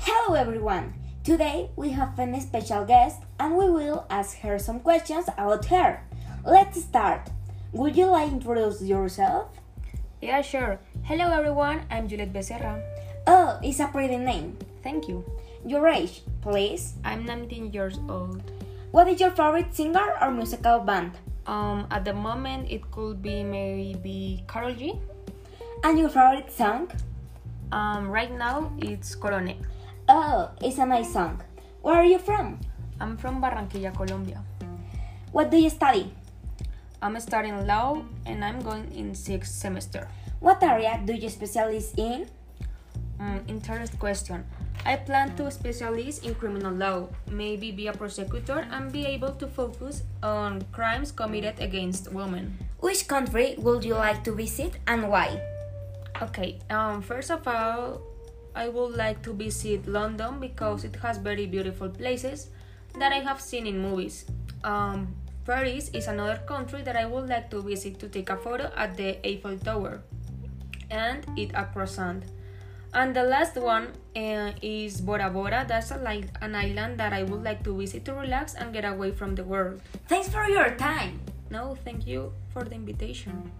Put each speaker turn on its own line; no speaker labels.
Hello everyone! Today we have an special guest and we will ask her some questions about her. Let's start. Would you like introduce yourself?
Yeah, sure. Hello everyone, I'm Juliet Becerra.
Oh, it's a pretty name.
Thank you.
Your age, please.
I'm 19 years old.
What is your favorite singer or musical band?
Um, at the moment, it could be maybe Carol G.
And your favorite song?
Um, right now, it's Colone.
Oh, it's a nice song. Where are you from?
I'm from Barranquilla, Colombia.
What do you study?
I'm studying law and I'm going in sixth semester.
What area do you specialize in?
Um, interest question. I plan to specialize in criminal law, maybe be a prosecutor and be able to focus on crimes committed against women.
Which country would you like to visit and why?
Okay, um, first of all, I would like to visit London because it has very beautiful places that I have seen in movies. Um, Paris is another country that I would like to visit to take a photo at the Eiffel Tower and eat a croissant. And the last one uh, is Bora Bora. That's a, like an island that I would like to visit to relax and get away from the world.
Thanks for your time.
No, thank you for the invitation.